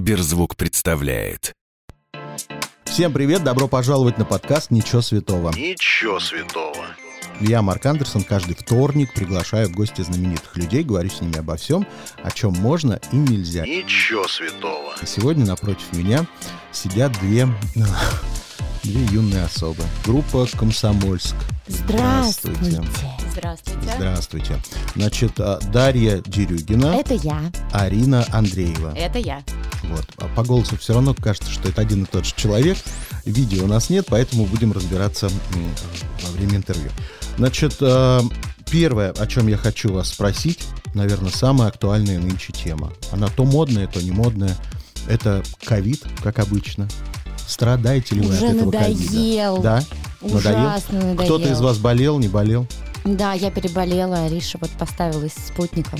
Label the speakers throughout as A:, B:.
A: Сберзвук представляет.
B: Всем привет, добро пожаловать на подкаст «Ничего святого».
C: Ничего святого.
B: Я Марк Андерсон, каждый вторник приглашаю в гости знаменитых людей, говорю с ними обо всем, о чем можно и нельзя.
C: Ничего святого.
B: Сегодня напротив меня сидят две, две юные особы. Группа «Комсомольск».
D: Здравствуйте.
E: Здравствуйте.
B: Здравствуйте. Значит, а, Дарья Дерюгина,
D: Это я.
B: Арина Андреева.
E: Это я.
B: Вот. А По голосу все равно кажется, что это один и тот же человек. Видео у нас нет, поэтому будем разбираться м, во время интервью. Значит, э, первое, о чем я хочу вас спросить, наверное, самая актуальная нынче тема. Она то модная, то не модная. Это ковид, как обычно. Страдаете ли вы
D: Уже
B: от этого
D: надоел.
B: ковида? Да?
D: Ужасно надоел.
B: Кто-то из вас болел, не болел?
D: Да, я переболела, Ариша вот поставилась спутником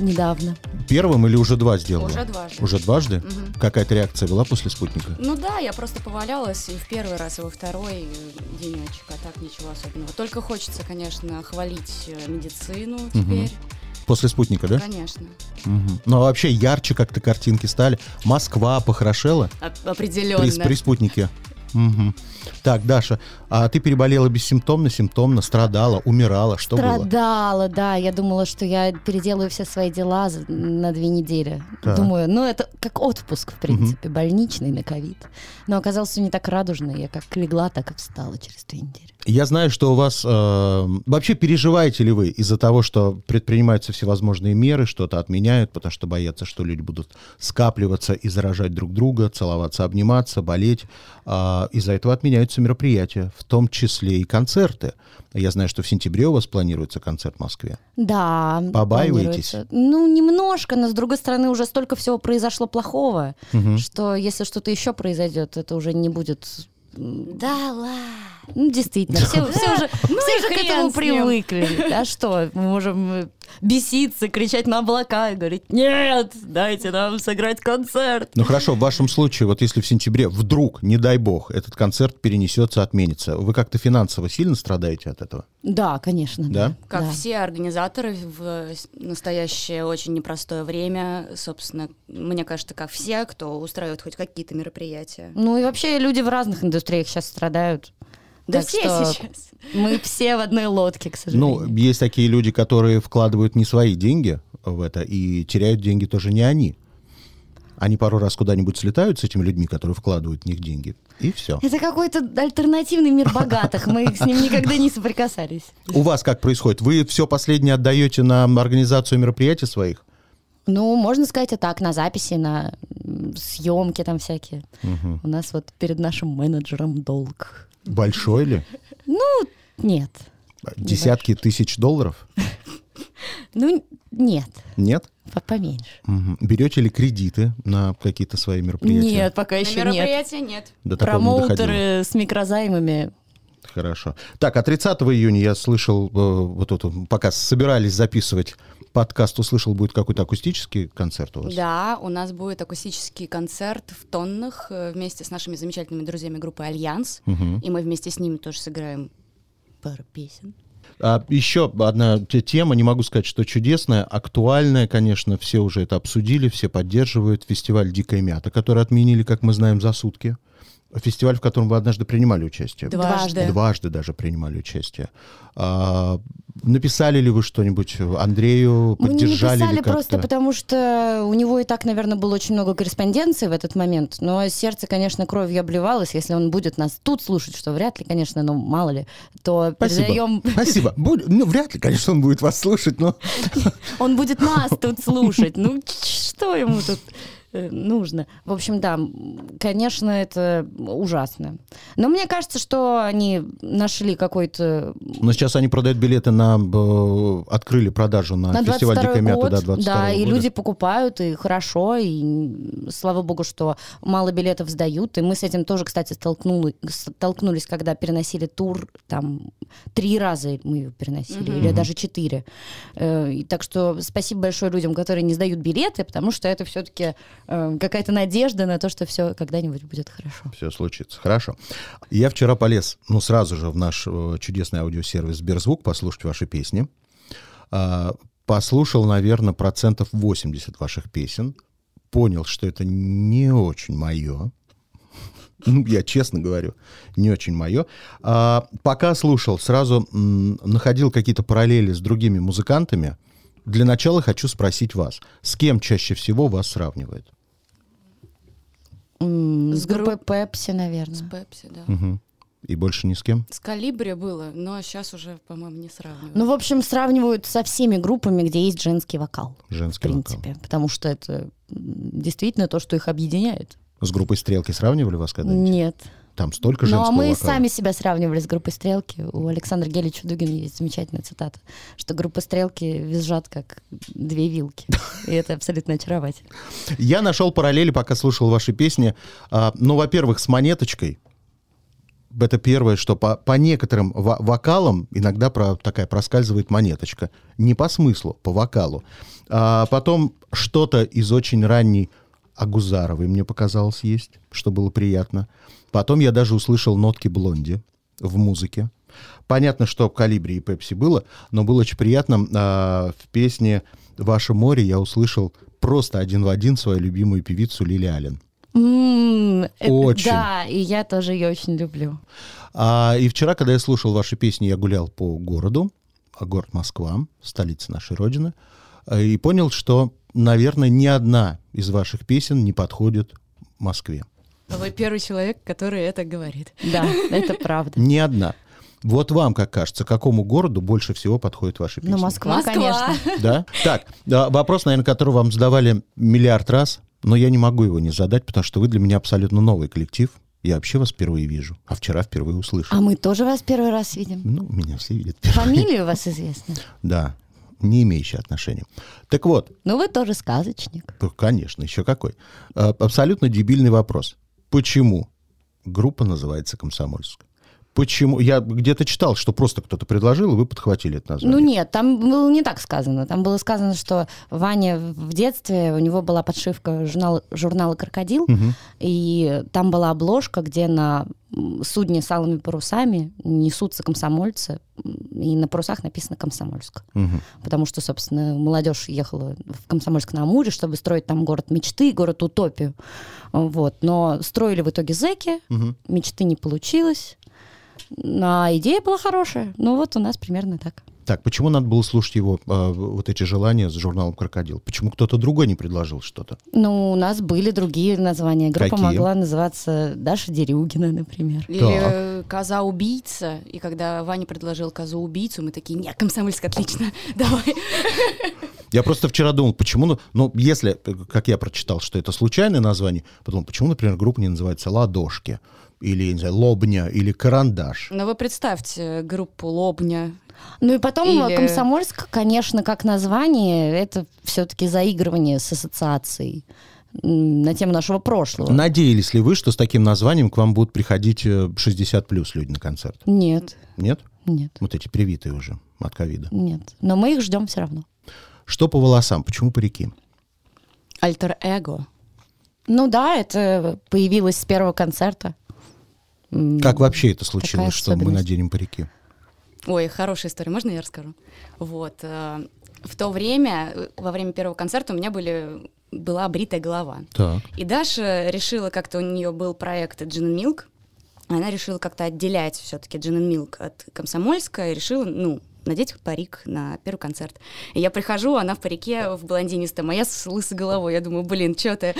D: недавно.
B: Первым или уже два сделала?
E: Уже дважды.
B: Уже дважды?
E: Мгм.
B: Какая-то реакция была после спутника?
E: Ну да, я просто повалялась и в первый раз, и во второй э, денечек, а так ничего особенного. Только хочется, конечно, хвалить э, медицину теперь.
B: После спутника, да?
E: Конечно.
B: Мгм. Ну а вообще ярче как-то картинки стали. Москва похорошела
E: О-
B: при,
E: определенно.
B: при спутнике. Мгм. Так, Даша, а ты переболела бессимптомно, симптомно, страдала, умирала, что было?
D: Страдала, да. Я думала, что я переделаю все свои дела за- на две недели.
B: Так.
D: Думаю, ну это как отпуск, в принципе, больничный на ковид. Но оказалось всё не так радужно. Я как легла, так и встала через две недели.
B: Я знаю, что у вас... э, вообще переживаете ли вы из-за того, что предпринимаются всевозможные меры, что-то отменяют, потому что боятся, что люди будут скапливаться и заражать друг друга, целоваться, обниматься, болеть. А, из-за этого отменяются мероприятия, в том числе и концерты. Я знаю, что в сентябре у вас планируется концерт в Москве.
D: Да.
B: Побаиваетесь?
D: планируется. Ну, немножко, но с другой стороны, уже столько всего произошло плохого,
B: Мгм.
D: что если что-то еще произойдет, это уже не будет м,
E: Да ладно.
D: Ну, действительно, все, все уже,
E: Ну
D: все
E: и
D: уже к
E: хрен
D: этому
E: с ним.
D: привыкли. А что, мы можем э, беситься, кричать на облака и говорить, нет, дайте нам сыграть концерт.
B: Ну хорошо, в вашем случае, вот если в сентябре вдруг, не дай бог, этот концерт перенесется, отменится, вы как-то финансово сильно страдаете от этого?
D: Да, конечно.
B: Да?
E: Как
D: Да.
E: все организаторы в с- настоящее очень непростое время, собственно, мне кажется, как все, кто устраивает хоть какие-то мероприятия.
D: Ну и вообще люди в разных индустриях сейчас страдают.
E: Да
D: Так
E: все
D: что
E: сейчас.
D: Мы все в одной лодке, к сожалению.
B: Ну, есть такие люди, которые вкладывают не свои деньги в это и теряют деньги тоже не они. Они пару раз куда-нибудь слетают с этими людьми, которые вкладывают в них деньги, и все.
D: Это какой-то альтернативный мир богатых. Мы с ним никогда не соприкасались.
B: У вас как происходит? Вы все последнее отдаете на организацию мероприятий своих?
D: Ну, можно сказать, и так, на записи, на м, съемки там всякие. У нас вот перед нашим менеджером долг.
B: Большой ли?
D: Нет.
B: Десятки тысяч долларов?
D: Ну, нет.
B: Нет?
D: По- Поменьше.
B: Мгм. Берете ли кредиты на какие-то свои мероприятия?
D: Нет, пока
E: На
D: еще нет.
E: мероприятия нет.
B: До такого не доходило.
D: Промоутеры с микрозаймами.
B: Хорошо. Так, а 30 июня я слышал, э, вот тут, вот, пока собирались записывать подкаст, услышал, будет какой-то акустический концерт у вас.
E: Да, у нас будет акустический концерт в тоннах э, вместе с нашими замечательными друзьями группы Альянс.
B: Мгм.
E: И мы вместе с ними тоже сыграем пару песен.
B: А еще одна те- тема, не могу сказать, что чудесная, актуальная, конечно, все уже это обсудили, все поддерживают фестиваль «Дикая мята», который отменили, как мы знаем, за сутки. Фестиваль, в котором вы однажды принимали участие.
D: Дважды.
B: Дважды даже принимали участие. А, написали ли вы что-нибудь Андрею?
D: Мы Ну, не
B: Поддержали
D: написали
B: ли как-то?
D: просто потому, что у него и так, наверное, было очень много корреспонденции в этот момент. Но сердце, конечно, кровью обливалось. Если он будет нас тут слушать, что вряд ли, конечно, но мало ли, то
B: Спасибо.
D: передаем...
B: Спасибо. Буд- Ну, вряд ли, конечно, он будет вас слушать, но...
D: Он будет нас тут слушать. Ну, ч- что ему тут э, нужно? В общем, да, м, конечно, это ужасно. Но мне кажется, что они нашли какой-то...
B: Но сейчас они продают билеты на... б, Открыли продажу на,
D: На
B: фестиваль
D: 22
B: «Дикая мята»
D: год,
B: до 22
D: да, и
B: года.
D: люди покупают, и хорошо, и м, слава богу, что мало билетов сдают, и мы с этим тоже, кстати, столкнули, столкнулись, когда переносили тур, там, три раза мы его переносили,
E: Мгм.
D: или
B: Мгм.
D: даже четыре. Э, и так что спасибо большое людям, которые не сдают билеты, потому что это все-таки какая-то надежда на то, что все когда-нибудь будет хорошо.
B: Все случится. Хорошо. Я вчера полез, ну, сразу же в наш э, чудесный аудиосервис «Сберзвук» послушать ваши песни. А, Послушал, наверное, процентов 80 ваших песен. понял, что это не очень мое. Ну, я честно говорю, не очень мое. А, пока слушал, сразу м, находил какие-то параллели с другими музыкантами. Для начала хочу спросить вас, с кем чаще всего вас сравнивают?
D: М,
E: С
D: С группой Пепси,
E: С
D: наверное.
E: Пепси, да.
B: Мгм. И больше ни с кем?
E: С Калибри было, но сейчас уже, по-моему, не сравниваю.
D: Ну, в общем, сравнивают со всеми группами, где есть женский вокал. В
B: Женский вокал.
D: принципе. Потому что это м, действительно то, что их объединяет.
B: С группой «Стрелки» сравнивали вас когда-нибудь?
D: Нет.
B: Там столько
D: Ну,
B: женского
D: а мы
B: вокала.
D: сами себя сравнивали с группой «Стрелки». У Александра Гелича Дугина есть замечательная цитата, что группа «Стрелки» визжат, как две вилки. И это абсолютно очаровательно.
B: Я нашел параллели, пока слушал ваши песни. А, ну, во-первых, с монеточкой. Это первое, что по, по некоторым во- вокалам иногда про, такая проскальзывает монеточка. Не по смыслу, по вокалу. А потом что-то из очень ранней Агузаровой мне показалось есть, что было приятно. Потом я даже услышал нотки блонди в музыке. Понятно, что Калибри и Пепси было, но было очень приятно. а, в песне «Ваше море» я услышал просто один в один свою любимую певицу Лили Аллен.
D: М, э,
B: Очень.
D: Да, и я тоже ее очень люблю.
B: А, и вчера, когда я слушал ваши песни, я гулял по городу, а город Москва, столица нашей Родины, э, и понял, что, наверное, ни одна из ваших песен не подходит Москве.
E: Вы первый человек, который это говорит.
D: Да, это правда.
B: Ни одна. Вот вам, как кажется, какому городу больше всего подходят ваши песни?
D: Ну, Москва,
E: Москва.
D: конечно.
B: Да? Так, да, вопрос, наверное, который вам задавали миллиард раз, но я не могу его не задать, потому что вы для меня абсолютно новый коллектив. Я вообще вас впервые вижу, а вчера впервые услышал.
D: А мы тоже вас первый раз видим.
B: Ну, меня все видят.
D: Фамилия у вас известна.
B: Да, не имеющие отношения. Так вот,
D: Ну, вы тоже сказочник.
B: ну, конечно, еще какой. А, Абсолютно дебильный вопрос. Почему группа называется «Комсомольск»? Почему? Я где-то читал, что просто кто-то предложил, и вы подхватили это название.
D: Ну нет, там было не так сказано. Там было сказано, что Ваня в детстве, у него была подшивка журнала, журнала «Крокодил»,
B: Мгм.
D: и там была обложка, где на м, судне с алыми парусами несутся комсомольцы, м, и на парусах написано «Комсомольск».
B: Мгм.
D: Потому что, собственно, молодежь ехала в Комсомольск-на-Амуре, чтобы строить там город мечты, город утопию. Вот. Но строили в итоге зэки,
B: Мгм.
D: мечты не получилось. А идея была хорошая. Ну вот у нас примерно так.
B: Так, почему надо было слушать его, а, вот эти желания с журналом «Крокодил»? Почему кто-то другой не предложил что-то?
D: Ну, у нас были другие названия. Группа
B: Какие?
D: могла называться Даша Дерюгина, например.
E: Или э, «Коза-убийца», и когда Ваня предложил «Козу-убийцу», мы такие, не, «Комсомольск», отлично, давай.
B: Я просто вчера думал, почему, ну, ну, если, э, как я прочитал, что это случайное название, потом почему, например, группа не называется «Ладошки» или, я не знаю, «Лобня» или «Карандаш»?
E: Но Ну, вы представьте э, группу «Лобня»,
D: Ну и потом
E: Или-
D: Комсомольск, конечно, как название, это все-таки заигрывание с ассоциацией м, на тему нашего прошлого.
B: Надеялись ли вы, что с таким названием к вам будут приходить э, 60 плюс люди на концерт?
D: Нет,
B: Нет?
D: нет,
B: Вот эти привитые уже от ковида.
D: нет. Но мы их ждем все равно.
B: Что по волосам? Почему парики?
E: «Альтер-эго».
D: Ну да, это появилось с первого концерта. М,
B: Как вообще это случилось,
D: Такая
B: что мы
D: особенность.
B: наденем парики?
E: Ой, хорошая история, можно я расскажу? Вот. э, В то время, э, во время первого концерта у меня были, была бритая голова.
B: Так.
E: И Даша решила, как-то у нее был проект Джин Милк, она решила как-то отделять все-таки Джин Милк от Комсомольска и решила, ну, надеть парик на первый концерт. И я прихожу, она в парике в блондинистом, а я с лысой головой. Я думаю, блин, что ты?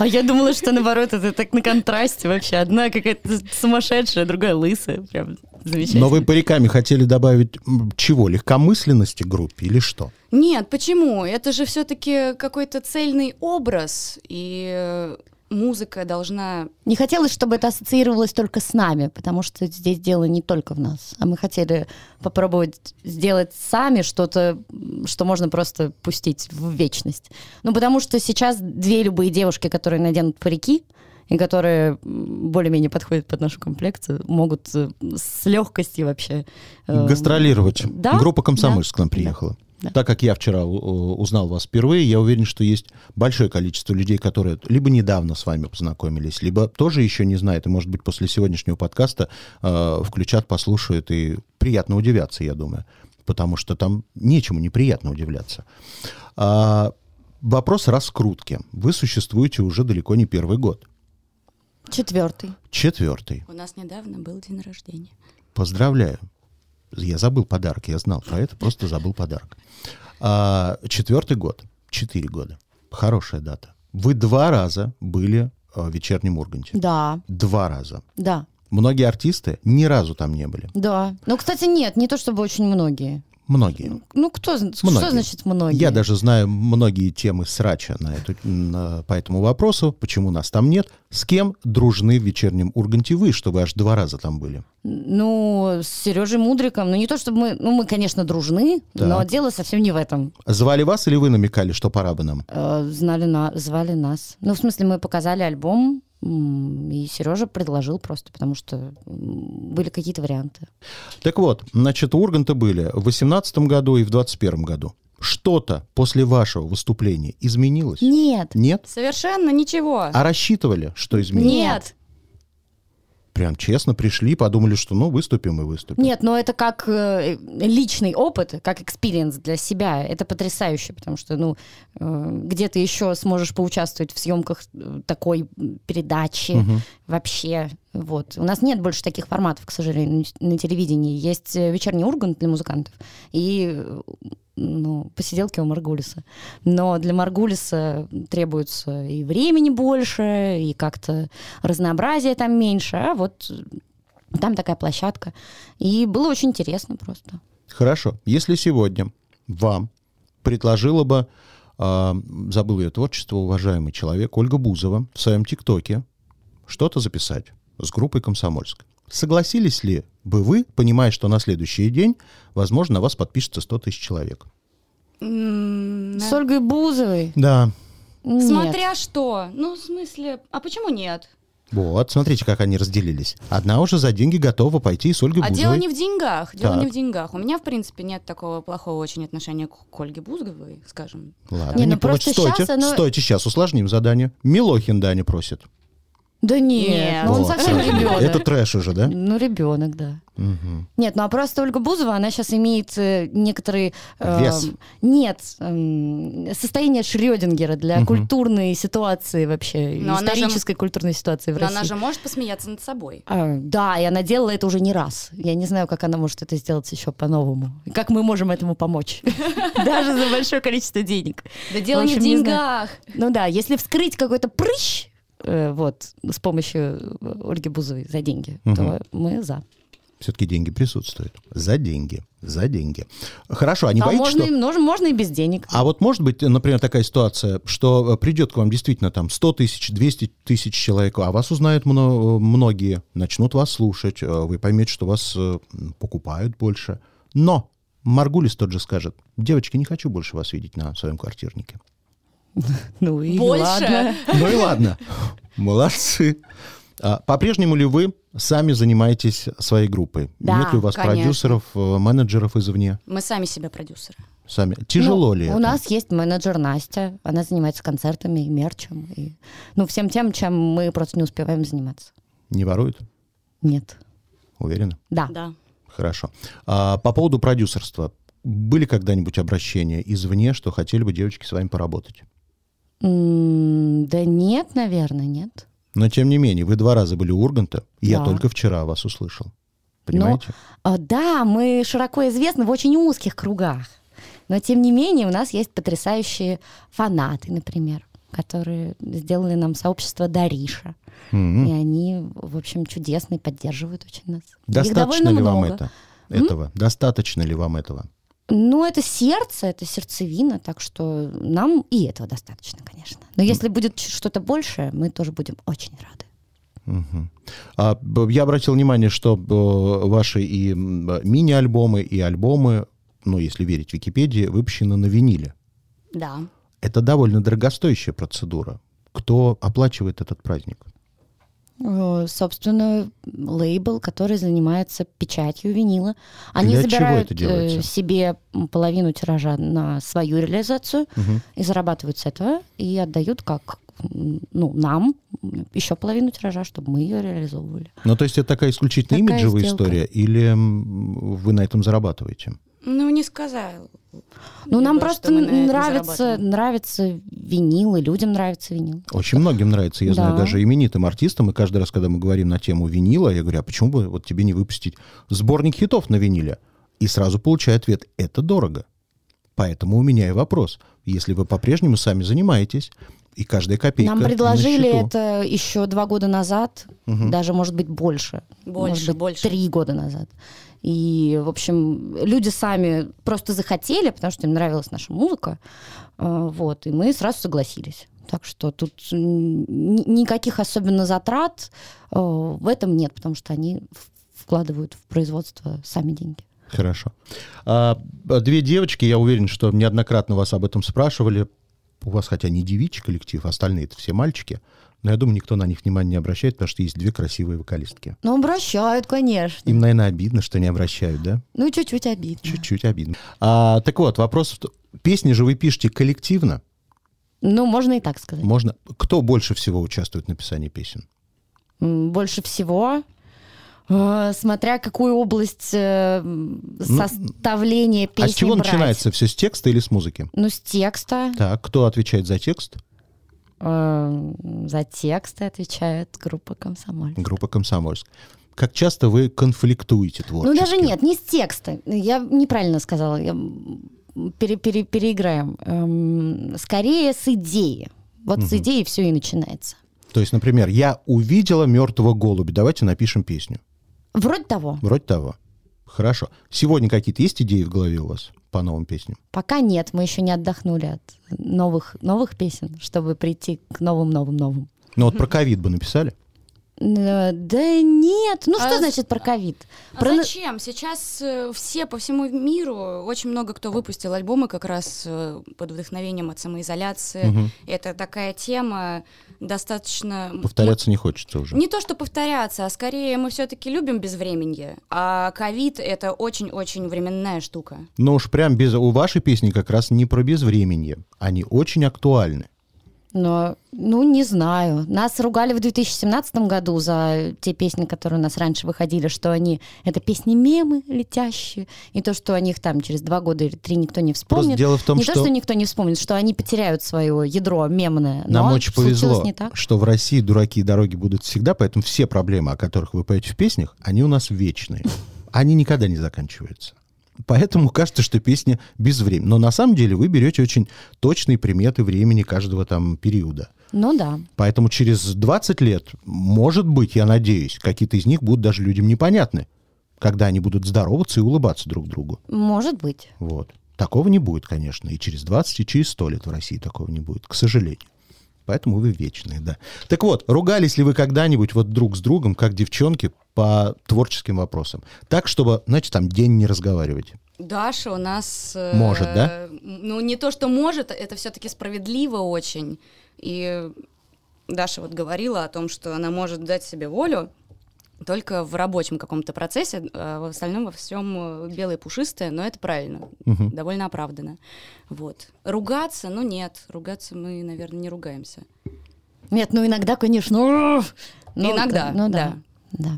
D: А я думала, что наоборот, это так на контрасте вообще. Одна какая-то сумасшедшая, другая лысая. Прям замечательно.
B: Но вы париками хотели добавить м, чего? Легкомысленности группе или что?
E: Нет, почему? Это же все-таки какой-то цельный образ, и э, музыка должна
D: Не хотелось, чтобы это ассоциировалось только с нами, потому что здесь дело не только в нас. А мы хотели попробовать сделать сами что-то, м, что можно просто пустить в вечность. Ну, потому что сейчас две любые девушки, которые наденут парики, и которые м, более-менее подходят под нашу комплекцию, могут э, с легкостью вообще... э,
B: Гастролировать.
D: да,
B: Группа
D: да,
B: «Комсомольск» к нам
D: да,
B: приехала.
D: да.
B: Так как я вчера у- у- узнал вас впервые, я уверен, что есть большое количество людей, которые либо недавно с вами познакомились, либо тоже еще не знают, и, может быть, после сегодняшнего подкаста э, включат, послушают и приятно удивятся, я думаю, потому что там нечему неприятно удивляться. А, вопрос раскрутки. Вы существуете уже далеко не первый год.
D: Четвертый.
B: Четвертый.
E: У нас недавно был день рождения.
B: Поздравляю. Я забыл подарок, я знал про это, просто забыл подарок. А, четвертый год. Четыре года. Хорошая дата. Вы два раза были а, в вечернем Урганте.
D: Да,
B: Два раза.
D: да,
B: Многие артисты ни разу там не были.
D: да. Ну, кстати, нет, не то чтобы очень многие.
B: Многие.
D: Ну, кто, зн-
B: Многие.
D: что значит многие?
B: Я даже знаю многие темы срача на эту, на- по этому вопросу, почему нас там нет, с кем дружны в вечернем Урганте вы, что вы аж два раза там были.
D: Ну, с Сережей Мудриком. Ну, не то чтобы мы... Ну, мы, конечно, дружны,
B: Так.
D: но дело совсем не в этом.
B: Звали вас или вы намекали, что пора бы нам?
D: Э, Знали на... Звали нас. Ну, в смысле, мы показали альбом, м, и Сережа предложил просто, потому что м, были какие-то варианты.
B: Так вот, значит, у Урганта были в 18 году и в 21 году. Что-то после вашего выступления изменилось?
D: Нет.
B: Нет?
E: Совершенно ничего.
B: А рассчитывали, что изменилось?
E: Нет.
B: Прям честно пришли, подумали, что ну выступим и выступим.
D: Нет, но это как э, личный опыт, как экспириенс для себя. Это потрясающе, потому что, ну, э, где ты еще сможешь поучаствовать в съемках э, такой м, передачи
B: Мгм.
D: вообще. Вот. У нас нет больше таких форматов, к сожалению, на на телевидении. Есть э, вечерний ургант для музыкантов и э, ну, посиделки у Маргулиса. Но для Маргулиса требуется и времени больше, и как-то разнообразия там меньше. А вот э, там такая площадка. И было очень интересно просто.
B: Хорошо. Если сегодня вам предложила бы, а, забыл ее творчество, уважаемый человек, Ольга Бузова в своем ТикТоке что-то записать с группой «Комсомольск». Согласились ли бы вы, понимая, что на следующий день, возможно, на вас подпишется 100 тысяч человек?
E: М,
D: С Ольгой Бузовой?
B: Да.
D: Нет.
E: Смотря что. Ну, в смысле, а почему нет?
B: Вот, смотрите, как они разделились. Одна уже за деньги готова пойти с Ольгой
E: А дело
B: Бузовой.
E: не в деньгах. Дело
B: Так.
E: не в деньгах. У меня, в принципе, нет такого плохого очень отношения к к Ольге Бузговой, скажем.
B: Ладно,
D: Не,
B: не,
D: ну просто
B: получ- стойте,
D: щас оно-
B: стойте, сейчас усложним задание. Милохин Даня просит.
D: Да нет,
E: Нет.
D: ну он
B: Вот,
D: совсем
B: смотрите,
D: ребенок.
B: Это трэш уже, да?
D: Ну, ребенок, да.
B: Мгм.
D: Нет, ну а просто Ольга Бузова, она сейчас имеет э, некоторый... э,
B: Вес.
D: Нет, эм, состояние Шрёдингера для
B: Мгм.
D: культурной ситуации вообще,
E: Но она же-
D: исторической культурной ситуации в
E: Но
D: России.
E: она же может посмеяться над собой.
D: А, да, и она делала это уже не раз. Я не знаю, как она может это сделать еще по-новому. И Как мы можем этому помочь? Даже за большое количество денег.
E: Да дело
D: В
E: не в
D: общем, не
E: деньгах.
D: Ну да, если вскрыть какой-то прыщ, э, вот, с помощью э, Ольги Бузовой за деньги,
B: Мгм.
D: то мы за.
B: Все-таки деньги присутствуют. За деньги. За деньги. Хорошо, а не
D: а
B: боитесь,
D: можно, и
B: что...
D: множ- можно и без денег.
B: А вот может быть, например, такая ситуация, что э, придет к вам действительно там 100 тысяч, 200 тысяч человек, а вас узнают мно- многие, начнут вас слушать, э, вы поймете, что вас э, м, покупают больше. Но Маргулис тот же скажет, девочки, не хочу больше вас видеть на своем квартирнике.
D: Ну и
E: Больше?
D: ладно.
B: Ну и ладно. Молодцы. А, По-прежнему ли вы сами занимаетесь своей группой?
D: Да,
B: Нет ли у вас
E: конечно.
B: продюсеров, э, менеджеров извне?
E: Мы сами себя продюсеры.
B: Сами. Тяжело
D: Ну,
B: ли
D: У
B: это?
D: нас есть менеджер Настя. Она занимается концертами и мерчем. И, ну, всем тем, чем мы просто не успеваем заниматься.
B: Не воруют?
D: Нет.
B: Уверена?
D: Да.
E: Да.
B: Хорошо. А, по поводу продюсерства. Были когда-нибудь обращения извне, что хотели бы девочки с вами поработать?
D: М, да нет, наверное, нет.
B: Но тем не менее, вы два раза были у Урганта, и я
D: Да.
B: только вчера вас услышал. Понимаете?
D: А, да, мы широко известны в очень узких кругах. Но, тем не менее, у нас есть потрясающие фанаты, например, которые сделали нам сообщество Дариша.
B: Мгм.
D: И они, в общем, чудесные, поддерживают очень нас. Их
B: Достаточно
D: довольно
B: ли вам
D: много.
B: это? Этого. Достаточно ли вам этого?
D: Ну, это сердце, это сердцевина, так что нам и этого достаточно, конечно. Но если будет ч- что-то большее, мы тоже будем очень рады.
B: Мгм. А, б- я обратил внимание, что б, ваши и м, мини-альбомы, и альбомы, ну, если верить Википедии, выпущены на виниле.
E: Да.
B: Это довольно дорогостоящая процедура. Кто оплачивает этот праздник?
D: Э, Собственно, лейбл, который занимается печатью винила, они
B: Для чего
D: забирают
B: это делается?
D: э, себе половину тиража на свою реализацию и зарабатывают с этого и отдают как м, ну нам м, еще половину тиража, чтобы мы ее реализовывали.
B: Ну, то есть это такая исключительно
D: Такая
B: имиджевая
D: сделка.
B: история, или м, вы на этом зарабатываете?
E: Ну, не сказал.
D: Ну, нам
E: Было,
D: просто
E: что мы на этом
D: нравится,
E: зарабатываем.
D: нравится винил, и людям нравится винил.
B: Очень многим нравится, я знаю,
D: Да.
B: даже именитым артистам. И каждый раз, когда мы говорим на тему винила, я говорю, а почему бы вот тебе не выпустить сборник хитов на виниле? И сразу получаю ответ, это дорого. Поэтому у меня и вопрос. Если вы по-прежнему сами занимаетесь, и каждая копейка
D: Нам
B: на
D: предложили
B: счету.
D: это еще два года назад,
B: Мгм.
D: даже, может быть, больше.
E: Больше,
D: Может быть,
E: больше.
D: Три года назад. И, в общем, люди сами просто захотели, потому что им нравилась наша музыка. А, Вот, и мы сразу согласились. Так что тут м, ни- никаких особенно затрат э, в этом нет, потому что они в- вкладывают в производство сами деньги.
B: Хорошо. А, а, две девочки, я уверен, что неоднократно вас об этом спрашивали. У вас хотя не девичий коллектив, остальные это все мальчики. Но я думаю, никто на них внимания не обращает, потому что есть две красивые вокалистки.
D: Ну, обращают, конечно.
B: Им, наверное, обидно, что не обращают, да?
D: Ну, чуть-чуть обидно.
B: Чуть-чуть обидно. А, так вот, вопрос. в т- Песни же вы пишете коллективно.
D: Ну, можно и так сказать.
B: Можно. Кто больше всего участвует в написании песен?
D: М, больше всего, э, смотря какую область э, м, составления песни
B: Ну, а с чего
D: брать.
B: начинается все? С текста или с музыки?
D: Ну, с текста.
B: Так, кто отвечает за текст?
D: э, за тексты отвечает группа «Комсомоль».
B: Группа Комсомольск. Как часто вы конфликтуете
D: Ну,
B: творчески?
D: даже нет, не с текста. Я неправильно сказала. Я м, пере- пере- переиграем. Эм, скорее с идеи. Вот с идеи все и начинается.
B: То есть, например, я увидела мертвого голубя. Давайте напишем песню.
D: Вроде того.
B: Вроде того. Хорошо. Сегодня какие-то есть идеи в голове у вас по новым песням?
D: Пока нет, мы еще не отдохнули от новых, новых песен, чтобы прийти к новым-новым-новым.
B: Ну вот про ковид бы написали.
D: Э, Да нет. Ну
E: А
D: что
E: с-
D: значит про ковид?
E: А
D: Про на-
E: зачем? Сейчас э, все по всему миру, очень много кто выпустил альбомы как раз э, под вдохновением от самоизоляции.
B: Мгм.
E: Это такая тема достаточно... м- ну,
B: Повторяться не хочется уже.
E: Не то, что повторяться, а скорее мы все-таки любим безвременье. А ковид — это очень-очень временная штука.
B: Но Ну уж прям без... у вашей песни как раз не про безвременье. Они очень актуальны.
D: Но, ну, не знаю. Нас ругали в 2017 году за те песни, которые у нас раньше выходили, что они... Это песни-мемы летящие, и то, что о них там через два года или три никто не
B: Просто
D: вспомнит.
B: дело в том,
D: не
B: что,
D: то, что никто не вспомнит, что они потеряют свое ядро мемное.
B: нам
D: но
B: очень
D: случилось
B: повезло,
D: не так.
B: что в России дураки и дороги будут всегда, поэтому все проблемы, о которых вы поете в песнях, они у нас вечные. Они никогда не заканчиваются. Поэтому кажется, что песня без времени. Но на самом деле вы берете очень точные приметы времени каждого там периода.
D: Ну да.
B: Поэтому через 20 лет, может быть, я надеюсь, какие-то из них будут даже людям непонятны, когда они будут здороваться и улыбаться друг другу.
D: Может быть.
B: Вот. Такого не будет, конечно. И через 20, и через 100 лет в России такого не будет, к сожалению. Поэтому вы вечные, да. Так вот, ругались ли вы когда-нибудь вот друг с другом, как девчонки, по творческим вопросам? Так, чтобы, знаете, там день не разговаривать.
E: Даша у нас... э,
B: Может, да?
E: Ну, не то, что может, это все-таки справедливо очень. И Даша вот говорила о том, что она может дать себе волю только в рабочем каком-то процессе, а в остальном во всем белое и пушистое, но это правильно,
B: Мгм.
E: довольно оправданно. Вот. Ругаться, ну нет, ругаться мы, наверное, не ругаемся.
D: Нет, ну иногда, конечно. «Ур!» Ну,
E: Иногда,
D: ну
E: да.
D: да.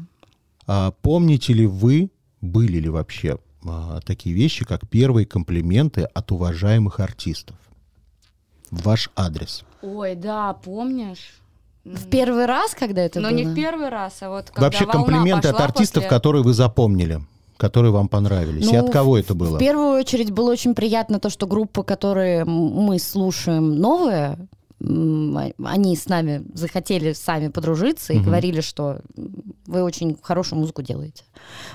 B: А помните ли вы, были ли вообще а, такие вещи, как первые комплименты от уважаемых артистов? В Ваш адрес.
E: Ой, да, помнишь?
D: В первый раз, когда это
E: Но
D: было?
E: не в первый раз, а вот когда
B: Вообще
E: волна
B: комплименты от
E: пошла
B: артистов,
E: после-
B: которые вы запомнили, которые вам понравились. и
D: Ну,
B: от кого это было?
D: В первую очередь было очень приятно то, что группы, которые м- мы слушаем новые, м, а- они с нами захотели сами подружиться и
B: Мгм.
D: говорили, что м, вы очень хорошую музыку делаете.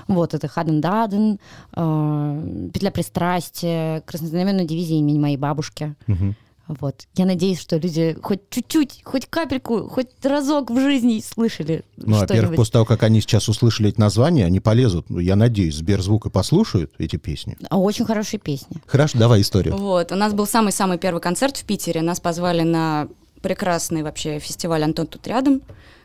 D: Вот это Хаден Даден, э, Петля пристрастия, Краснознаменная дивизия имени моей бабушки.
B: Мгм.
D: Вот. Я надеюсь, что люди хоть чуть-чуть, хоть капельку, хоть разок в жизни слышали
B: Ну, во-первых,
D: что-нибудь.
B: после того, как они сейчас услышали эти названия, они полезут, ну, я надеюсь, Сберзвук и послушают эти песни.
D: А Очень хорошие песни.
B: Хорошо, давай историю.
E: Вот, у нас был самый-самый первый концерт в Питере. Нас позвали на прекрасный вообще фестиваль «Антон тут рядом»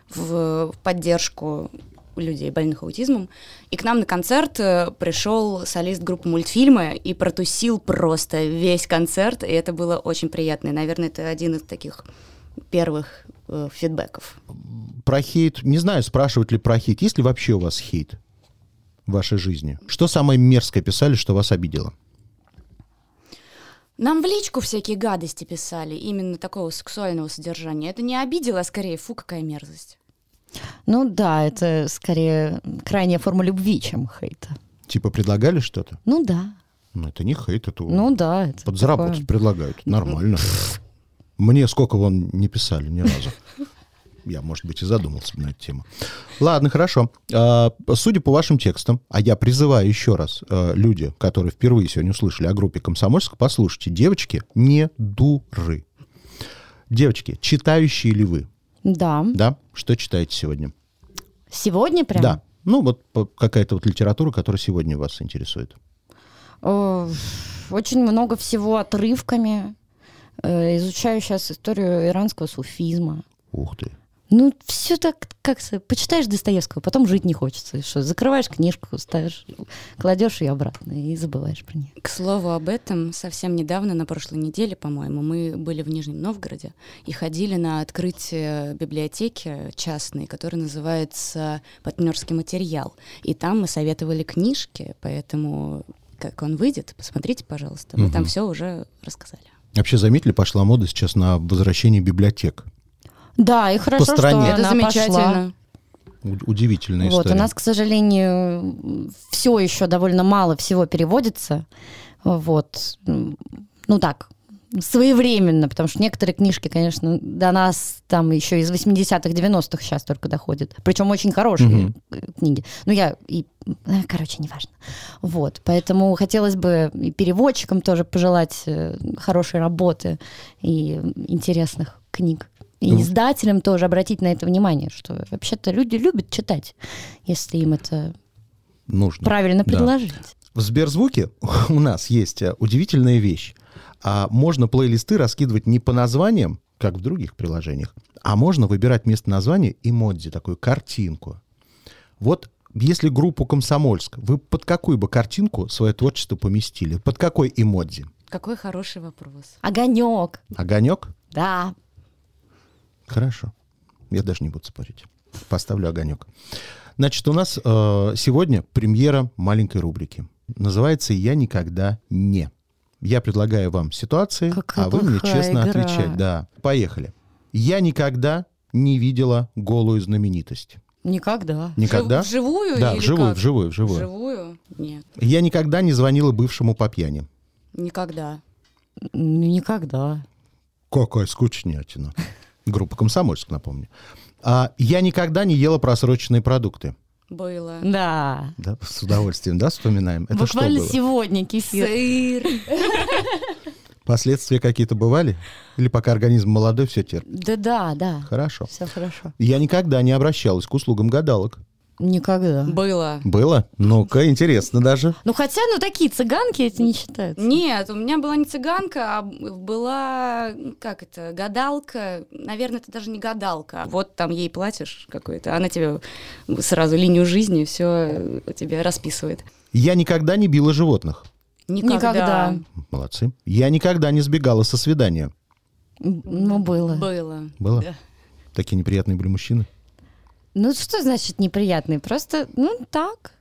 E: в, в поддержку людей больных аутизмом. И к нам на концерт э, пришел солист группы мультфильмы и протусил просто весь концерт, и это было очень приятно. И, наверное, это один из таких первых э, фидбэков.
D: Ну.
B: Про хейт, не знаю, спрашивать ли про хейт. Есть ли вообще у вас хейт? в вашей жизни? Что самое мерзкое писали, что вас обидело?
E: Нам в личку всякие гадости писали, именно такого сексуального содержания. Это не обидело, а скорее, фу, какая мерзость.
D: Ну да, это скорее крайняя форма любви, чем хейта.
B: Типа предлагали что-то?
D: Ну да.
B: Ну, это не хейт, это
D: Ну да. Это
B: подзаработать
D: такое.
B: предлагают. Нормально. Мне сколько вон не писали ни разу. Я, может быть, и задумался бы на эту тему. Ладно, хорошо. А, Судя по вашим текстам, а я призываю еще раз э, люди, которые впервые сегодня услышали о группе Комсомольск, послушайте, девочки не дуры. Девочки, читающие ли вы?
D: Да.
B: Да? Что читаете сегодня?
D: Сегодня прям?
B: Да. Ну, вот по- какая-то вот литература, которая сегодня вас интересует.
D: Э, Очень много всего отрывками. Э, Изучаю сейчас историю иранского суфизма.
B: Ух ты.
D: Ну, все так, как с- почитаешь Достоевского, потом жить не хочется. И что, закрываешь книжку, ставишь, кладешь ее обратно и забываешь про нее.
E: К слову об этом, совсем недавно, на прошлой неделе, по-моему, мы были в Нижнем Новгороде и ходили на открытие библиотеки частной, которая называется «Партнерский материал». И там мы советовали книжки, поэтому как он выйдет, посмотрите, пожалуйста. Мы
B: Мгм.
E: там все уже рассказали.
B: Вообще, заметили, пошла мода сейчас на возвращение библиотек.
D: Да, и хорошо,
B: стране.
D: что
B: Это
D: она пошла.
B: У- Удивительная
D: Вот, у
B: история.
D: нас, к сожалению, все еще довольно мало всего переводится. Вот. М, Ну так, своевременно, потому что некоторые книжки, конечно, до нас там еще из 80-х, 90-х сейчас только доходят. Причем очень хорошие
B: Мгм.
D: э, книги. Ну я и... э, Короче, неважно. Вот, поэтому хотелось бы и переводчикам тоже пожелать э, хорошей работы и интересных книг. И
B: Ну.
D: издателям тоже обратить на это внимание, что вообще-то люди любят читать, если им это
B: Нужно.
D: правильно
B: Да.
D: предложить.
B: В Сберзвуке у нас есть э, удивительная вещь. А, можно плейлисты раскидывать не по названиям, как в других приложениях, а можно выбирать вместо названия эмодзи, такую картинку. Вот если группу «Комсомольск», вы под какую бы картинку свое творчество поместили? Под какой эмодзи?
E: Какой хороший вопрос.
D: Огонек,
B: Огонек?
D: да.
B: Хорошо. Я даже не буду спорить. Поставлю огонек. Значит, у нас э, сегодня премьера маленькой рубрики. Называется «Я никогда не». Я предлагаю вам ситуации,
D: Какая
B: а вы мне
D: плохая
B: честно
D: игра.
B: отвечать. Да. Поехали. Я никогда не видела голую знаменитость.
D: Никогда.
B: Никогда?
E: Жив- Вживую
B: Да,
E: или
B: вживую,
E: как?
B: вживую, вживую.
E: Вживую? Нет,
B: Я никогда не звонила бывшему по пьяни.
E: никогда.
D: Ну, никогда.
B: Какая скучнятина. Группа «Комсомольск», напомню. А, я никогда не ела просроченные продукты.
E: Было.
D: Да.
B: Да, с удовольствием, да, вспоминаем. Это
D: Буквально
B: что было?
D: сегодня кефир.
E: Сыр.
B: Последствия какие-то бывали? Или пока организм молодой, все терпит?
D: Да, да, да.
B: Хорошо.
D: Все хорошо.
B: Я никогда не обращалась к услугам гадалок.
D: Никогда.
E: Было.
B: Было? Ну-ка, интересно даже.
D: Ну хотя, ну такие цыганки эти не считаются.
E: Нет, у меня была не цыганка, а была, как это, гадалка. Наверное, это даже не гадалка. а Вот там ей платишь какой-то, она тебе сразу линию жизни все тебе расписывает.
B: Я никогда не била животных.
D: Никогда.
B: Молодцы. Я никогда не сбегала со свидания.
D: М, Ну, было.
E: Было.
B: Было?
E: Да.
B: Такие неприятные были мужчины.
D: Ну, что значит неприятный? Просто, ну, так.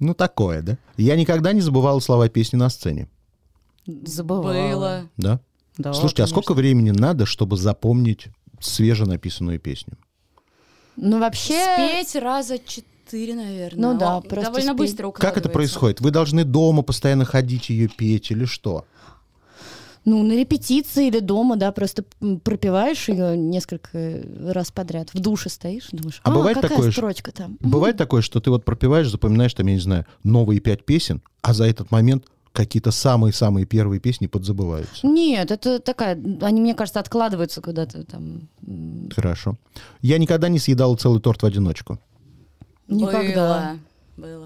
B: Ну, такое, да? Я никогда не забывала слова песни на сцене.
D: Забывала.
E: Было.
B: Да?
D: Да,
B: Слушайте, а
D: конечно.
B: сколько времени надо, чтобы запомнить свеженаписанную песню?
D: Ну, вообще...
E: Спеть раза четыре, наверное.
D: Ну да,
E: О,
D: просто
E: Довольно
D: спи.
E: быстро
B: Как это
E: укладывается.
B: происходит? Вы должны дома постоянно ходить ее петь или что?
D: Ну, на репетиции или дома, да, просто м, пропиваешь ее несколько э, раз подряд. В душе стоишь, думаешь,
B: А бывает
D: какая
B: такое, что-
D: строчка там?
B: Бывает такое, что ты вот пропиваешь, запоминаешь там, я не знаю, новые пять песен, а за этот момент какие-то самые-самые первые песни подзабываются.
D: Нет, это такая... Они, мне кажется, откладываются куда-то там. м,
B: Хорошо. Я никогда не съедала целый торт в одиночку.
D: Никогда.
E: Было.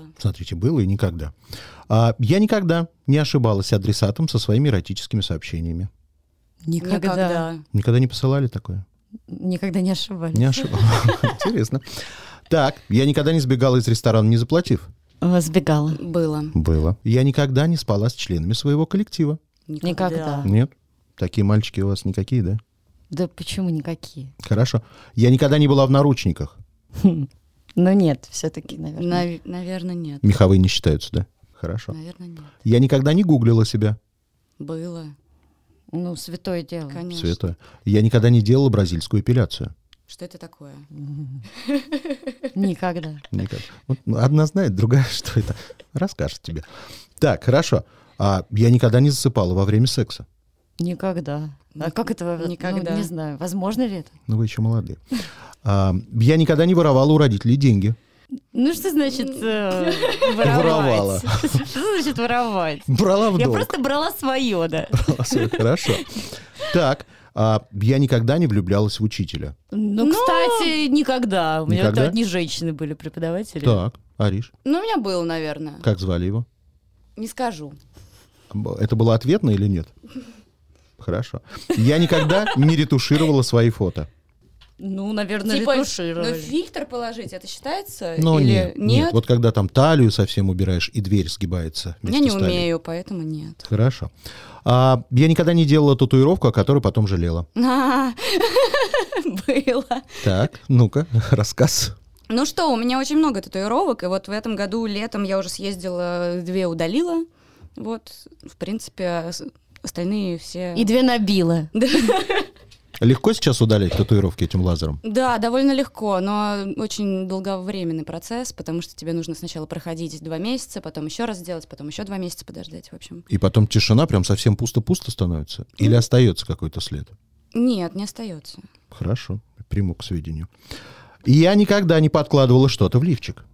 E: Было.
B: Смотрите, было и никогда. А, я никогда не ошибалась адресатом со своими эротическими сообщениями.
E: Никогда.
B: Никогда не посылали такое?
D: Никогда не ошибались.
B: Не ошибалась. Интересно. Так, я никогда не сбегала из ресторана, не заплатив.
D: Э, Сбегала.
E: Было.
B: Было. Я никогда не спала с членами своего коллектива.
D: Никогда.
B: Нет? Такие мальчики у вас никакие, да?
D: Да почему никакие?
B: Хорошо. Я никогда не была в наручниках.
D: Но Ну нет, все-таки, наверное.
E: Нав- Наверное, нет.
B: Меховые не считаются, да? Хорошо.
E: Наверное, нет.
B: Я никогда не гуглила себя,
E: Было,
D: Ну, святое дело.
E: конечно.
B: Света. Я никогда не делала бразильскую эпиляцию.
E: Что это такое?
D: Мгм. Никогда.
B: Никак. Вот, ну, одна знает, другая что это. Расскажет тебе. Так, хорошо. А я никогда не засыпала во время секса.
D: Никогда. А
E: Ни-
D: как это? ну,
E: никогда.
D: не знаю. Возможно ли это?
B: Ну, вы еще молодые. А, я никогда не воровала у родителей деньги.
D: Ну, что значит э, воровать?
B: Воровала.
D: Что значит воровать?
B: Брала в
D: Я
B: долг.
D: просто брала свое, да.
B: Хорошо. Так, а, я никогда не влюблялась в учителя.
D: Ну,
E: Ну,
D: кстати, никогда. У меня
B: никогда?
D: это одни женщины были преподаватели.
B: Так, Ариш,
E: Ну, у меня было, наверное.
B: как звали его?
E: Не скажу.
B: Это было ответно или нет? Хорошо. Я никогда не ретушировала свои фото.
D: Ну, наверное,
E: Типа,
D: ретушировали.
E: но фильтр положить, это считается?
B: Ну,
E: Или
B: нет, нет. Вот когда там талию совсем убираешь, и дверь сгибается.
E: Я
B: вместе
E: не
B: с талией.
E: умею, поэтому нет.
B: Хорошо. А, я никогда не делала татуировку, о которой потом жалела.
E: А, Было.
B: Так, ну-ка, рассказ.
E: Ну что, у меня очень много татуировок, и вот в этом году летом я уже съездила, две удалила. Вот, в принципе, с- остальные все...
D: И две набила.
E: Да.
B: Легко сейчас удалять татуировки этим лазером?
E: Да, довольно легко, но очень долговременный процесс, потому что тебе нужно сначала проходить два месяца, потом еще раз сделать, потом еще два месяца подождать, в общем.
B: И потом тишина прям совсем пусто-пусто становится? Или остается какой-то след?
E: Нет, не остается.
B: Хорошо, приму к сведению. Я никогда не подкладывала что-то в лифчик.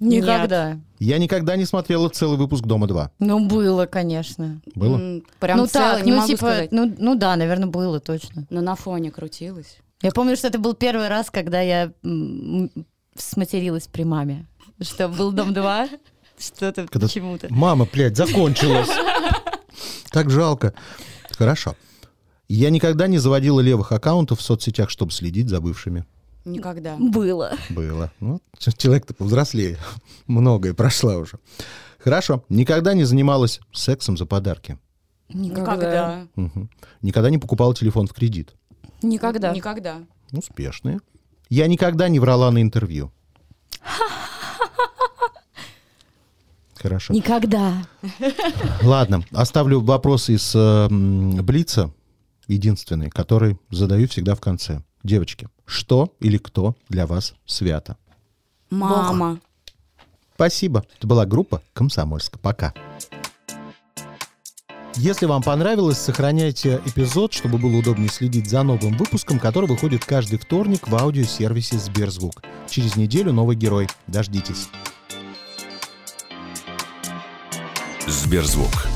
D: Никогда.
B: Я никогда не смотрела целый выпуск «Дома-2».
D: Ну, было, конечно.
B: Было?
E: М, Прям
D: ну,
E: целый,
D: так,
E: не
D: ну,
E: могу
D: типа,
E: сказать.
D: ну, ну да, наверное, было точно.
E: Но на фоне крутилось.
D: Я помню, что это был первый раз, когда я м, сматерилась при маме. Что был дом 2, что-то
B: Когда-
D: почему-то.
B: Мама, блядь, закончилась. Так жалко. Хорошо. Я никогда не заводила левых аккаунтов в соцсетях, чтобы следить за бывшими.
E: Никогда.
D: Было.
B: Было. Ну, ч- человек-то повзрослее. Многое прошла уже. Хорошо. Никогда не занималась сексом за подарки.
E: Никогда.
B: Мгм. Никогда не покупала телефон в кредит.
D: Никогда.
E: Никогда.
B: Успешные. Я никогда не врала на интервью. Хорошо.
D: Никогда.
B: Ладно, оставлю вопросы из э, м, Блица, единственный, который задаю всегда в конце. Девочки, что или кто для вас свято?
E: Мама.
B: Спасибо. Это была группа Комсомольска. Пока. Если вам понравилось, сохраняйте эпизод, чтобы было удобнее следить за новым выпуском, который выходит каждый вторник в аудиосервисе Сберзвук. Через неделю новый герой. Дождитесь.
A: Сберзвук.